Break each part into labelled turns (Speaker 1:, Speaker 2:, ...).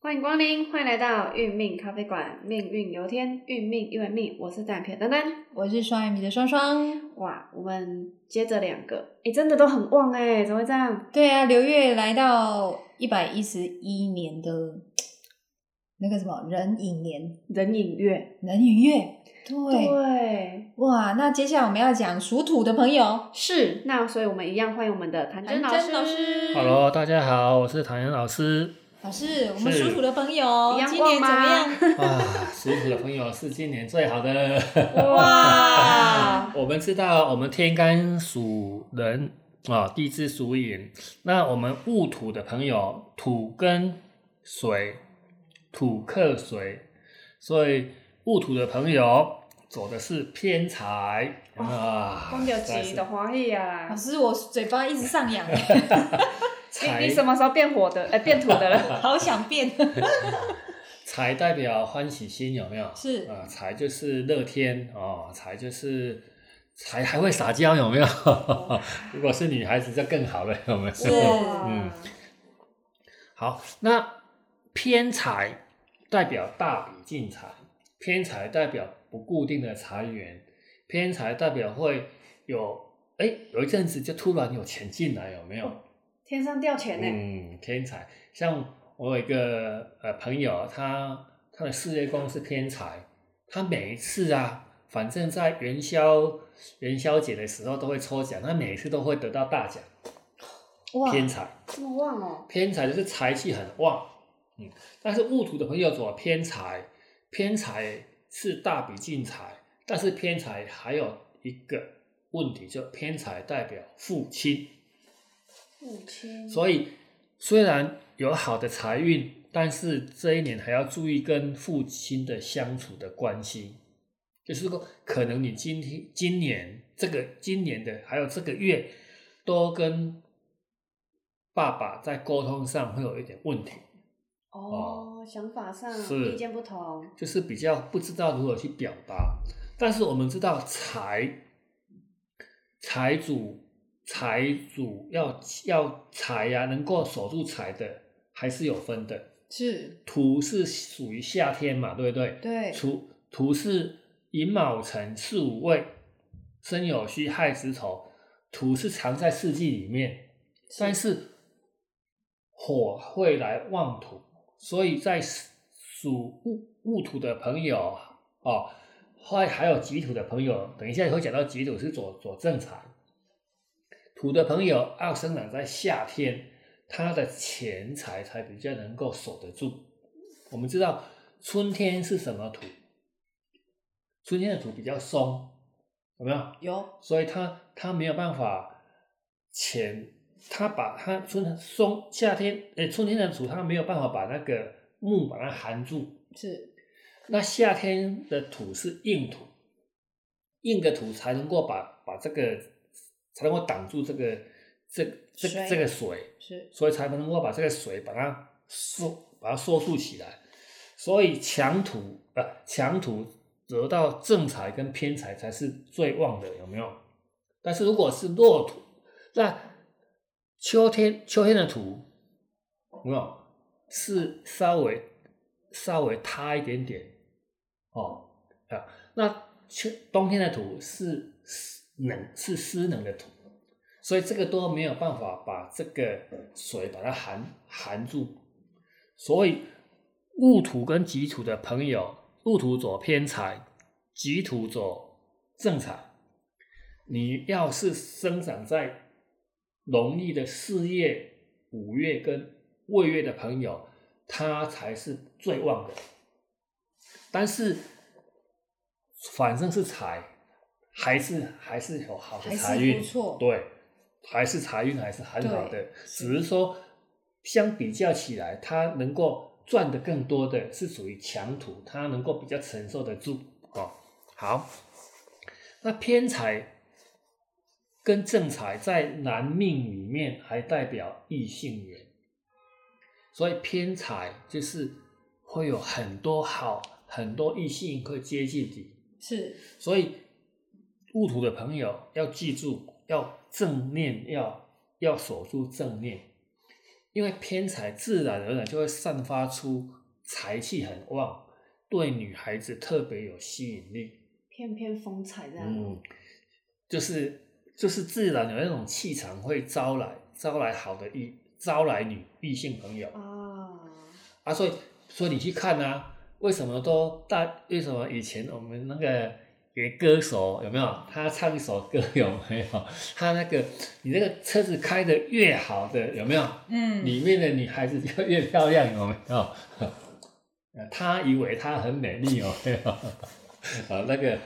Speaker 1: 欢迎光临，欢迎来到运命咖啡馆，命运由天，运命由人命。我是单眼皮的丹丹。
Speaker 2: 我是双眼皮的双双。
Speaker 1: 哇，我们接着两个，哎，真的都很旺哎、怎么会这样？
Speaker 2: 对啊，刘月来到一百一十一年的那个什么壬寅年，
Speaker 1: 人影月，
Speaker 2: 壬寅月。对，
Speaker 1: 对，
Speaker 2: 哇，那接下来我们要讲属土的朋友是
Speaker 1: 那所以我们一样欢迎我们的谭真老师。
Speaker 2: 谭真老师
Speaker 3: Hello，大家好，我是唐岩老 师。
Speaker 2: 老师，我们
Speaker 3: 是
Speaker 2: 属土的朋友
Speaker 1: 一样
Speaker 2: 今年
Speaker 1: 旺
Speaker 2: 怎
Speaker 1: 吗
Speaker 2: 么样？
Speaker 3: 啊，属虎的朋友是今年最好的。
Speaker 2: 哇，
Speaker 3: 我们知道，我们天干属人啊，地支属寅。那我们戊土的朋友，土跟水，土克水，所以戊土的朋友走的是偏财
Speaker 1: 哦
Speaker 3: 啊。
Speaker 1: 光掉
Speaker 3: 实在
Speaker 1: 急
Speaker 3: 是
Speaker 1: 的华裔啊
Speaker 2: 老！师，我嘴巴一直上 扬，
Speaker 3: 财
Speaker 1: 你你什么时候变火的？哎、变土的了？
Speaker 2: 好想变。
Speaker 3: 财代表欢喜心，有没有？
Speaker 2: 是
Speaker 3: 啊，财就是乐天哦，财就是财还会撒娇，有没有？ 如果是女孩子就更好了，有没 有？
Speaker 2: 是
Speaker 1: 嗯
Speaker 3: 嗯， 好，那偏财代表大笔进财，偏财代表不固定的财源，偏财代表会有哎有一阵子就突然有钱进来，有没有？
Speaker 1: 天上掉钱呢、
Speaker 3: 嗯，偏财。像我有一个呃朋友，他他的事业宫是偏财，他每一次啊，反正在元宵元宵节的时候都会抽奖，他每一次都会得到大奖，
Speaker 2: 哇，
Speaker 3: 偏财。
Speaker 1: 这么旺哦！
Speaker 3: 偏财就是财气很旺，嗯，但是戊土的朋友走偏财，偏财是大笔进财，但是偏财还有一个问题，就偏财代表父亲，
Speaker 1: 父亲，
Speaker 3: 所以虽然有好的财运，但是这一年还要注意跟父亲的相处的关系。就是说，可能你今天、今年这个、今年的，还有这个月，都跟爸爸在沟通上会有一点问题，
Speaker 1: 哦，想法上
Speaker 3: 是
Speaker 1: 意见不同，
Speaker 3: 就是比较不知道如何去表达。但是我们知道财，财主，财主要要财呀、能够守住财的，还是有分的。
Speaker 2: 是，
Speaker 3: 土是属于夏天嘛，对不对？
Speaker 2: 对，
Speaker 3: 土土是寅卯辰巳午未，申酉戌亥子丑，土是藏在四季里面，但是火会来旺土，所以在属戊戊土的朋友哦，还还有己土的朋友，等一下也会讲到己土是左左正财，土的朋友要生长在夏天，他的钱财才比较能够守得住。我们知道春天是什么土，春天的土比较松，有没有？
Speaker 2: 有
Speaker 3: 所以他他没有办法钱，他把他春松夏天诶、春天的土，他没有办法把那个木把它含住。
Speaker 2: 是，
Speaker 3: 那夏天的土是硬土，硬的土才能够把把这个才能够挡住这个这这
Speaker 2: 水
Speaker 3: 这个水，
Speaker 2: 是，
Speaker 3: 所以才能够把这个水把它缩把它缩束起来。所以强土呃强土得到正财跟偏财才是最旺的，有没有？但是如果是弱土，那秋天秋天的土，有没有是稍微稍微塌一点点哦啊？那秋冬天的土是湿冷是湿冷的土，所以这个都没有办法把这个水把它含含住，所以戊土跟己土的朋友，戊土走偏财，己土走正财。你要是生长在农历的四月、五月跟未月的朋友，它才是最旺的。但是反正是财，还是还是有好的
Speaker 2: 还
Speaker 3: 财
Speaker 2: 是
Speaker 3: 运
Speaker 2: 不，错，
Speaker 3: 哦对，还是财运还是很好的
Speaker 2: 对，
Speaker 3: 只是说相比较起来，它能够赚的更多的是属于强土，它能够比较承受得住哦。好，那偏财跟正财在男命里面还代表异性缘，所以偏财就是会有很多好很多异性会接近你，
Speaker 2: 是，
Speaker 3: 所以戊土的朋友要记住，要正念，要要守住正念，因为偏财自然而然就会散发出财气很旺，对女孩子特别有吸引力。
Speaker 1: 翩翩风采这样。
Speaker 3: 嗯，就是就是自然有那种气场会招来招来好的异招来女异性朋友
Speaker 1: 啊，
Speaker 3: 啊，所以所以你去看啊，为什么都大为什么以前我们那个有一个歌手有没有他唱一首歌有没有 他那个你那个车子开的越好的有没有
Speaker 2: 嗯，
Speaker 3: 里面的女孩子就越漂亮有没有？ 呃他以为她很美丽有没有？ 啊，那个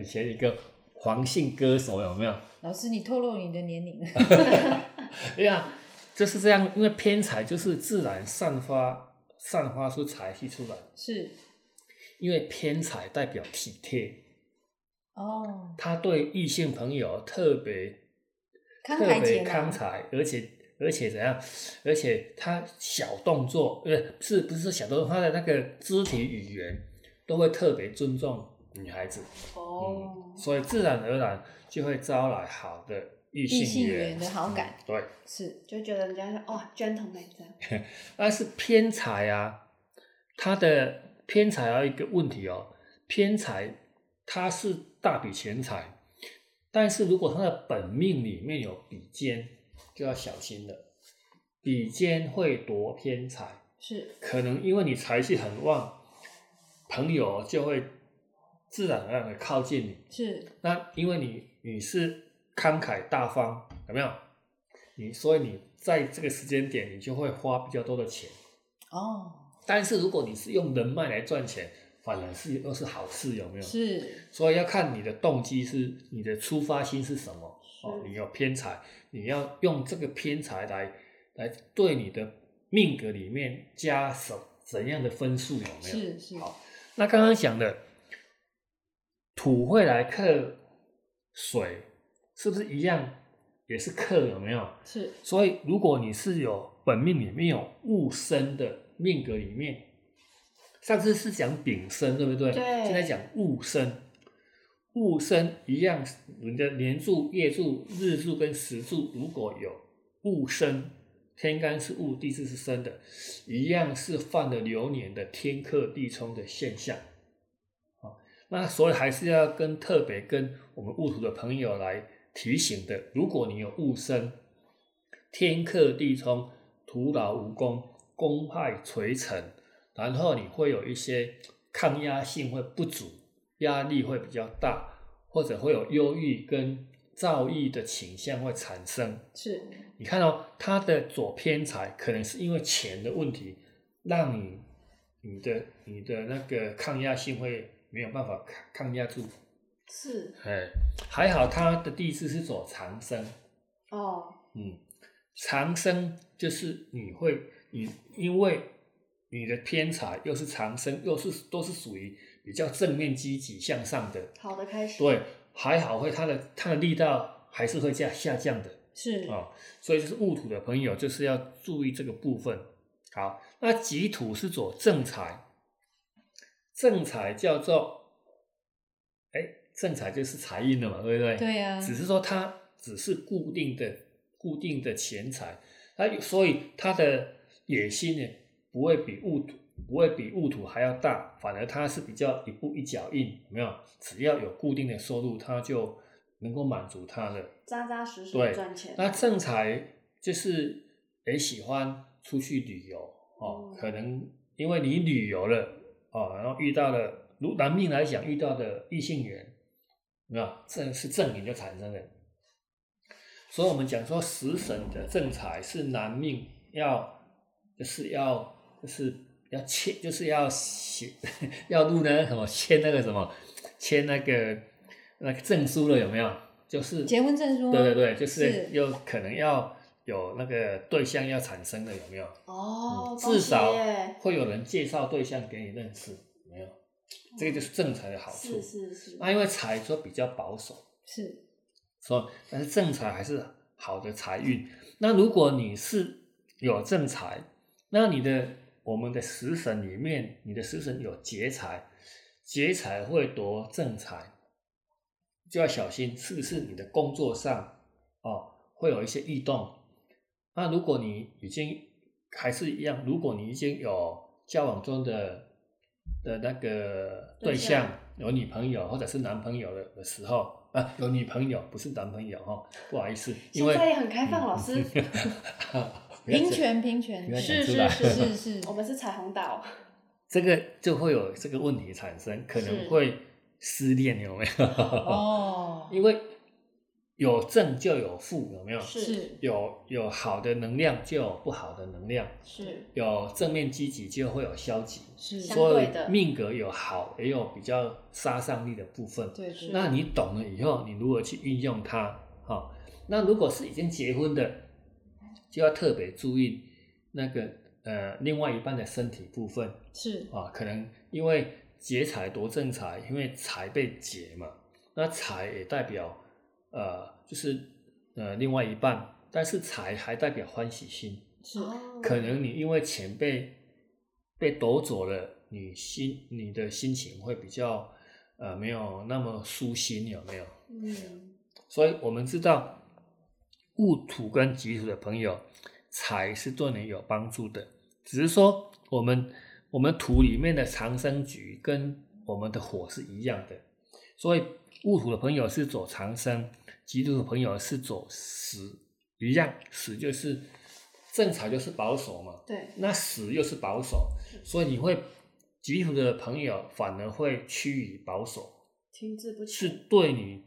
Speaker 3: 以前一个黄姓歌手有没有？
Speaker 2: 老师，你透露你的年龄了。
Speaker 3: 哎呀，就是这样，因为偏财就是自然散发散发出财气出来，
Speaker 2: 是
Speaker 3: 因为偏财代表体贴，
Speaker 2: 哦，
Speaker 3: 他对异性朋友特别
Speaker 2: 慷
Speaker 3: 特
Speaker 2: 慨
Speaker 3: 别
Speaker 2: 解
Speaker 3: 慷
Speaker 2: 囊，
Speaker 3: 慨，而且而且怎样？而且他小动作，呃，是不是小动作？他的那个肢体语言都会特别尊重女孩子，嗯
Speaker 1: 哦，
Speaker 3: 所以自然而然就会招来好的异
Speaker 2: 异性
Speaker 3: 缘
Speaker 2: 缘的好感
Speaker 3: 嗯对，
Speaker 2: 是
Speaker 1: 就觉得人家是哇 gentleman 这样。
Speaker 3: 但是偏财啊，他的偏财还有一个问题哦，偏财它是大笔钱财，但是如果他的本命里面有比肩，就要小心了。比肩会夺偏财，
Speaker 2: 是
Speaker 3: 可能因为你财气很旺，朋友就会自然而然的靠近你。
Speaker 2: 是
Speaker 3: 那因为你你是慷慨大方，有没有？你所以你在这个时间点，你就会花比较多的钱。
Speaker 2: 哦，
Speaker 3: 但是如果你是用人脉来赚钱，反而是又是好事，有没有？
Speaker 2: 是
Speaker 3: 所以要看你的动机是你的出发心是什么哦。
Speaker 1: 是
Speaker 3: 你有偏财，你要用这个偏财来来对你的命格里面加什怎样的分数，有没有？
Speaker 2: 是是
Speaker 3: 好那刚刚讲的土会来克水，是不是一样也是克？有没有？
Speaker 2: 是
Speaker 3: 所以如果你是有本命里面有戊申的命格里面，上次是讲丙申，对不对？
Speaker 1: 对
Speaker 3: 现在讲戊申，戊申一样，你的年柱、月柱、日柱跟时柱如果有戊申，天干是戊，地支是申的，一样是犯了流年的天克地冲的现象。那所以还是要跟特别跟我们戊土的朋友来提醒的，如果你有戊申，天克地冲，徒劳无功，功败垂成，然后你会有一些抗压性会不足，压力会比较大，或者会有忧郁跟躁郁的倾向会产生。
Speaker 2: 是
Speaker 3: 你看哦，他的左偏财可能是因为钱的问题，让你你的你的那个抗压性会没有办法抗抗压住。
Speaker 1: 是
Speaker 3: 哎，还好他的地支是走长生，
Speaker 1: 哦，
Speaker 3: 嗯，长生就是你会你因为你的偏财又是长生，又是都是属于比较正面积极向上的，
Speaker 1: 好的开始。
Speaker 3: 对，还好会他的他的力道还是会下下降的。
Speaker 2: 是
Speaker 3: 啊、所以就是戊土的朋友就是要注意这个部分。好，那己土是走正财，正财叫做，哎，正财就是财运了嘛，对不对？
Speaker 2: 对啊呀，
Speaker 3: 只是说它只是固定的、固定的钱财，它所以它的野心呢不会比戊土不会比戊土还要大，反而它是比较一步一脚印，有没有？只要有固定的收入，它就能够满足它的。
Speaker 1: 扎扎实实
Speaker 3: 对
Speaker 1: 地赚钱。
Speaker 3: 那正财就是也喜欢出去旅游哦
Speaker 1: 嗯，
Speaker 3: 可能因为你旅游了哦，然后遇到了，如男命来讲遇到的异性缘，那正是正缘就产生了。所以我们讲说食神的正财是男命要，就是要就是要签，就是要写 要入那个什么签那个什么签那个那个证书了有没有？就是
Speaker 2: 结婚证书吗
Speaker 3: 对对对，就是
Speaker 2: 是
Speaker 3: 有可能要有那个对象要产生的，有没有？嗯
Speaker 1: 哦，恭
Speaker 3: 至
Speaker 1: 喜
Speaker 3: 少
Speaker 1: 耶
Speaker 3: 会有人介绍对象给你认识，有没有？这个就是正财的好处啊
Speaker 1: 是。是是，
Speaker 3: 那因为财说比较保守，
Speaker 2: 是
Speaker 3: 说但是正财还是好的财运。那如果你是有正财，那你的我们的食神里面，你的食神有劫财，劫财会夺正财，就要小心是不是你的工作上哦会有一些异动。那如果你已经还是一样，如果你已经有交往中的的那个
Speaker 1: 对
Speaker 3: 对
Speaker 1: 象
Speaker 3: 象有女朋友或者是男朋友了的时候啊，有女朋友不是男朋友哦，不好意思，因
Speaker 1: 现
Speaker 3: 为嗯
Speaker 1: 在也很开放，老师，
Speaker 3: 不要
Speaker 2: 平
Speaker 3: 这
Speaker 2: 权平权
Speaker 3: 不要讲
Speaker 2: 是
Speaker 3: 出
Speaker 2: 是
Speaker 3: 来
Speaker 2: 是是
Speaker 1: 我
Speaker 2: 是，
Speaker 1: 们是彩虹岛，
Speaker 3: 这个就会有这个问题产生，可
Speaker 1: 是
Speaker 3: 能会失恋，有没有？
Speaker 2: 哦，
Speaker 3: 因为有正就有负，有没有？
Speaker 1: 是
Speaker 2: 是
Speaker 3: 有有好的能量就有不好的能量，
Speaker 1: 是
Speaker 3: 有正面积极就会有消极，
Speaker 2: 是，
Speaker 1: 相
Speaker 3: 所以
Speaker 1: 对的
Speaker 3: 命格有好也有比较杀伤力的部分。
Speaker 2: 对对，
Speaker 3: 那你懂了以后，你如何去运用它？好、那如果是已经结婚的，就要特别注意那个呃另外一半的身体部分。
Speaker 2: 是
Speaker 3: 啊，可能因为劫财夺正财，因为财被劫嘛，那财也代表呃，就是呃另外一半，但是财还代表欢喜心，
Speaker 2: 是
Speaker 1: 哦嗯
Speaker 3: 可能你因为钱被被夺走了，你心你的心情会比较呃没有那么舒心，有没有？
Speaker 1: 嗯
Speaker 3: 所以我们知道，戊土跟己土的朋友，财是对你有帮助的。只是说，我们我们土里面的长生局跟我们的火是一样的，所以戊土的朋友是走长生，己土的朋友是走死，一样死就是正财就是保守嘛，
Speaker 1: 对
Speaker 3: 那死又是保守，所以你会己土的朋友反而会趋于保守。
Speaker 1: 停滞不
Speaker 3: 是
Speaker 1: 前，
Speaker 3: 对你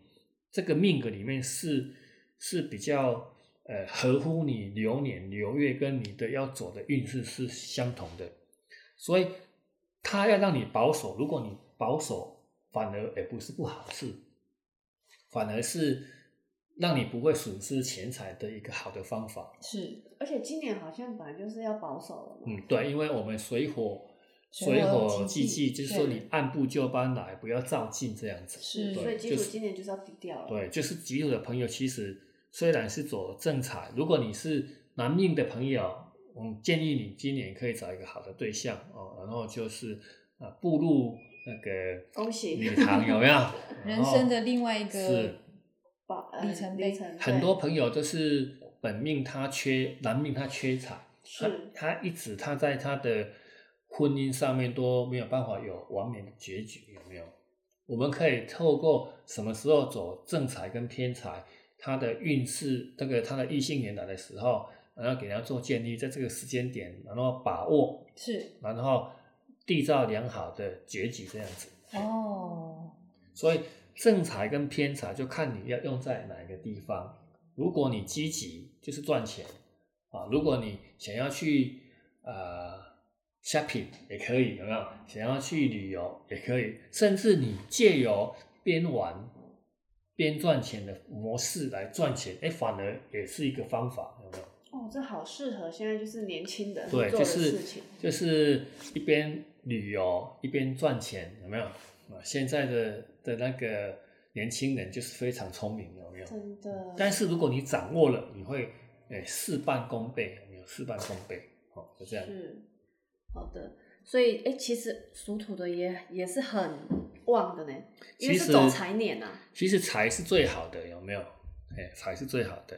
Speaker 3: 这个命格里面是是比较呃合乎你流年流月跟你的要走的运势是相同的，所以他要让你保守，如果你保守，反而也不是不好事，反而是让你不会损失钱财的一个好的方法。
Speaker 2: 是
Speaker 1: 而且今年好像本来就是要保守了嘛，
Speaker 3: 嗯，对，因为我们水火。
Speaker 2: 水
Speaker 3: 水
Speaker 2: 火
Speaker 3: 火
Speaker 2: 既
Speaker 3: 既
Speaker 2: 济
Speaker 3: 济，就是说
Speaker 2: 对
Speaker 3: 你按部就班来，不要照进这样子。
Speaker 2: 是
Speaker 1: 所以
Speaker 3: 对
Speaker 1: 基
Speaker 3: 就
Speaker 1: 础
Speaker 3: 是
Speaker 1: 今年就是要低调了，
Speaker 3: 对，就是己土的朋友，其实虽然是走正财，如果你是男命的朋友，我们建议你今年可以找一个好的对象哦，然后就是啊、呃步入那个
Speaker 1: 恭喜
Speaker 3: 女堂有没 有？
Speaker 2: 人生的
Speaker 3: 然后
Speaker 2: 另外一个
Speaker 3: 哦是
Speaker 1: 保呃
Speaker 2: 里程碑
Speaker 1: 里程
Speaker 3: 很多
Speaker 1: 对
Speaker 3: 朋友都是本命他缺男命他缺财，他
Speaker 1: 是
Speaker 3: 他一直他在他的婚姻上面都没有办法有完美的结局，有没有？我们可以透过什么时候走正财跟偏财，他的运势，这个他的异性缘来的时候，然后给他做建议，在这个时间点，然后把握，
Speaker 2: 是
Speaker 3: 然后缔造良好的结局，这样子。
Speaker 2: 哦，
Speaker 3: 所以正财跟偏财就看你要用在哪一个地方。如果你积极，就是赚钱啊；如果你想要去呃 shopping 也可以，有没有？想要去旅游也可以，甚至你借由边玩边赚钱的模式来赚钱，哎，反而也是一个方法，有没有？
Speaker 1: 哦，这好适合现在就是年轻人
Speaker 3: 对，
Speaker 1: 做
Speaker 3: 就
Speaker 1: 的
Speaker 3: 是
Speaker 1: 事情，
Speaker 3: 就是一边旅游一边赚钱，有没有？啊，现在的的那个年轻人就是非常聪明，有没有？
Speaker 1: 真的。
Speaker 3: 嗯但是如果你掌握了，你会诶事半功倍，有没有？事半功倍，哦，就这样。
Speaker 1: 是，好的。所以，哎、其实属土的也也是很旺的呢，因为
Speaker 3: 其
Speaker 1: 是
Speaker 3: 实
Speaker 1: 走财年呐、啊。
Speaker 3: 其实财是最好的，有没有？哎，财是最好的，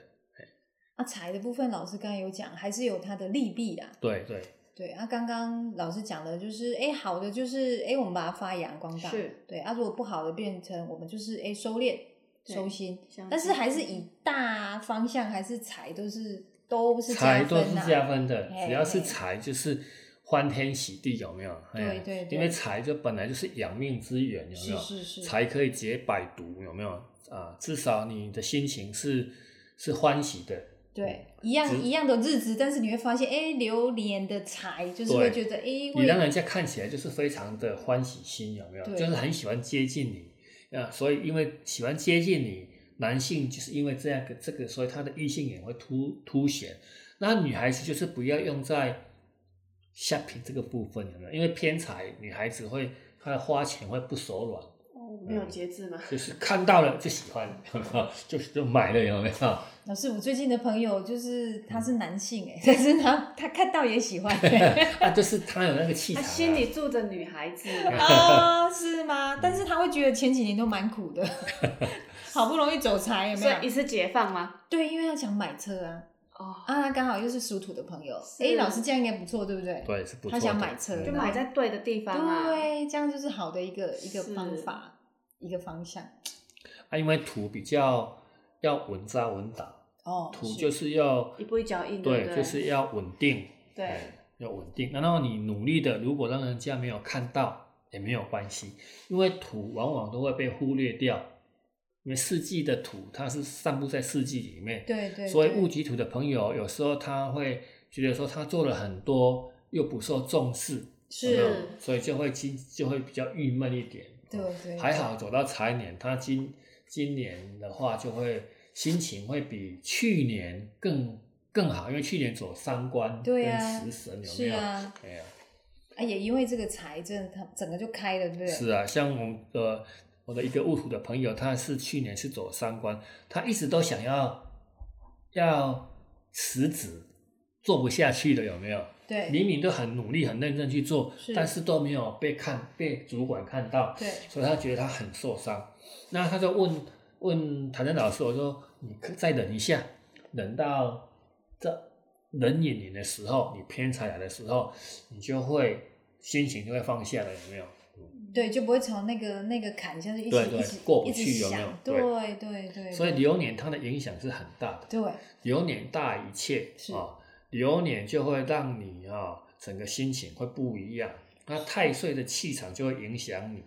Speaker 2: 啊，财的部分老师刚才有讲，还是有它的利弊啊。
Speaker 3: 对对，
Speaker 2: 对啊，刚刚老师讲的就是，哎，好的就是，哎，我们把它发扬光大，
Speaker 1: 是
Speaker 2: 对啊，如果不好的变成我们就是，哎，收敛、
Speaker 1: 对嗯
Speaker 2: 收心
Speaker 1: 相，
Speaker 2: 但是
Speaker 1: 信
Speaker 2: 还是以大方向还是财都是都是加
Speaker 3: 财
Speaker 1: 啊
Speaker 3: 都是
Speaker 2: 分呐、
Speaker 3: 加分的
Speaker 2: 嘿，
Speaker 3: 只要是
Speaker 2: 嘿
Speaker 3: 财就是欢天喜地，有没有？
Speaker 2: 对
Speaker 3: 哎
Speaker 2: 对对
Speaker 3: 因为财就本来就是养命之源，有没
Speaker 2: 是
Speaker 3: 有？
Speaker 2: 是是，
Speaker 3: 才可以解百毒，有没有啊？至少你的心情是是欢喜的，
Speaker 2: 对，一样
Speaker 3: 嗯只
Speaker 2: 一样的日子，但是你会发现，哎，流年的财就是
Speaker 3: 对
Speaker 2: 会觉得，哎，
Speaker 3: 你让
Speaker 2: 会
Speaker 3: 人家看起来就是非常的欢喜心，有没有？
Speaker 2: 对
Speaker 3: 就是很喜欢接近你啊，所以因为喜欢接近你，男性就是因为这样个这个，所以他的异性也会凸凸显。那女孩子就是不要用在 shopping 这个部分，有没有？因为偏财，女孩子会她的花钱会不手软，
Speaker 1: 哦，没有
Speaker 3: 嗯
Speaker 1: 节制吗？
Speaker 3: 就是看到了就喜欢， 有没有就是就买了，有没有？
Speaker 2: 老师，我最近的朋友就是他
Speaker 3: 嗯
Speaker 2: 是男性哎， 但是他他看到也喜 欢
Speaker 3: 啊，就是他有那个气
Speaker 1: 他、
Speaker 3: 场、啊，
Speaker 1: 心里住着女孩 子，
Speaker 2: 啊，是吗？但是他会觉得前几年都蛮苦 的，好不容易走财有没
Speaker 1: 所以一
Speaker 2: 有？
Speaker 1: 次解放吗？
Speaker 2: 对，因为他想买车啊，
Speaker 1: 哦，
Speaker 2: 啊，刚好又是属土的朋友，
Speaker 1: 是
Speaker 2: 哎，老师这样应该不错，对不对？
Speaker 3: 对，是不错的。
Speaker 2: 他想买车
Speaker 3: 嗯
Speaker 1: 就买在对的地方啊。，
Speaker 2: 对，这样就是好的一个一个
Speaker 1: 是
Speaker 2: 方法，一个方向。
Speaker 3: 啊，因为土比较要稳扎稳打，
Speaker 2: 哦，
Speaker 3: 土就是要
Speaker 1: 一步一脚印，不
Speaker 3: 对，
Speaker 1: 对？
Speaker 3: 就是要稳定，
Speaker 1: 对
Speaker 3: 哎，要稳定。然后你努力的，如果让人家没有看到也没有关系，因为土往往都会被忽略掉，因为四季的土它是散布在四季里面，
Speaker 2: 对对，
Speaker 3: 所以
Speaker 2: 对
Speaker 3: 戊己土的朋友有时候他会觉得说他做了很多又不受重视，有没有
Speaker 2: 是，
Speaker 3: 所以就会今就会比较郁闷一点。
Speaker 2: 对对，
Speaker 3: 还好走到财年，他今今年的话就会心情会比去年更更好，因为去年走三关
Speaker 2: 对
Speaker 3: 跟
Speaker 2: 啊
Speaker 3: 食神有没
Speaker 2: 是
Speaker 3: 有？
Speaker 2: 啊，
Speaker 3: 哎呀、
Speaker 2: 啊，也因为这个财政，它整个就开了，对不对？
Speaker 3: 是啊，像我们的我的一个戊土的朋友，他是去年是走三关，他一直都想要要辞职，做不下去了，有没有？
Speaker 2: 对
Speaker 3: 明明都很努力、很认真去做，
Speaker 2: 是
Speaker 3: 但是都没有被看被主管看到，
Speaker 2: 对
Speaker 3: 所以他觉得他很受伤。那他就问问谭正老师，我说你可再忍一下，忍到这壬寅年的时候，你偏财来的时候，你就会心情就会放下了，有没有？
Speaker 2: 对，就不会朝那个那个坎下去，一
Speaker 3: 对
Speaker 2: 直
Speaker 3: 对
Speaker 2: 一直
Speaker 3: 过不
Speaker 2: 一直
Speaker 3: 去有没有
Speaker 2: 想
Speaker 3: 对
Speaker 2: 对对对，
Speaker 3: 所以
Speaker 2: 对
Speaker 3: 流年它的影响是很大的，
Speaker 2: 对
Speaker 3: 流年大一切
Speaker 2: 是
Speaker 3: 啊、流年就会让你啊、整个心情会不一样。那太岁的气场就会影响你，因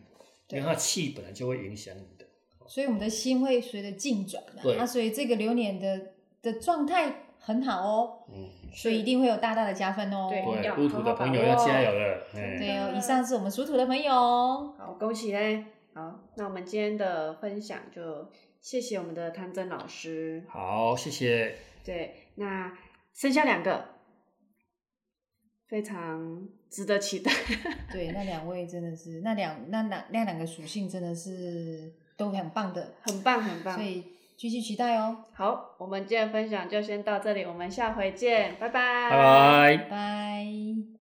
Speaker 2: 对
Speaker 3: 为它气本来就会影响你的。
Speaker 2: 所以我们的心会随着进转嘛
Speaker 3: 对
Speaker 2: 啊，所以这个流年的的状态很好哦，
Speaker 3: 嗯，
Speaker 2: 所以一定会有大大的加分哦。
Speaker 1: 对
Speaker 3: 对，
Speaker 1: 要
Speaker 3: 戊土
Speaker 1: 好
Speaker 3: 的
Speaker 1: 好
Speaker 3: 朋
Speaker 1: 把
Speaker 3: 友
Speaker 1: 握
Speaker 3: 要加油了。
Speaker 1: 真
Speaker 3: 哎，
Speaker 2: 对哦，以上是我们属土的朋友哦。
Speaker 1: 好，恭喜嘞！好，那我们今天的分享就谢谢我们的谭真老师。
Speaker 3: 好，谢谢。
Speaker 1: 对，那剩下两个非常值得期待。
Speaker 2: 对，那两位真的是，那两那两那两个属性真的是都很棒的，
Speaker 1: 很棒，很棒
Speaker 2: 所。以继续期待哦，
Speaker 1: 好，我们今天的分享就先到这里，我们下回见，拜拜，
Speaker 3: 拜拜。
Speaker 2: 拜。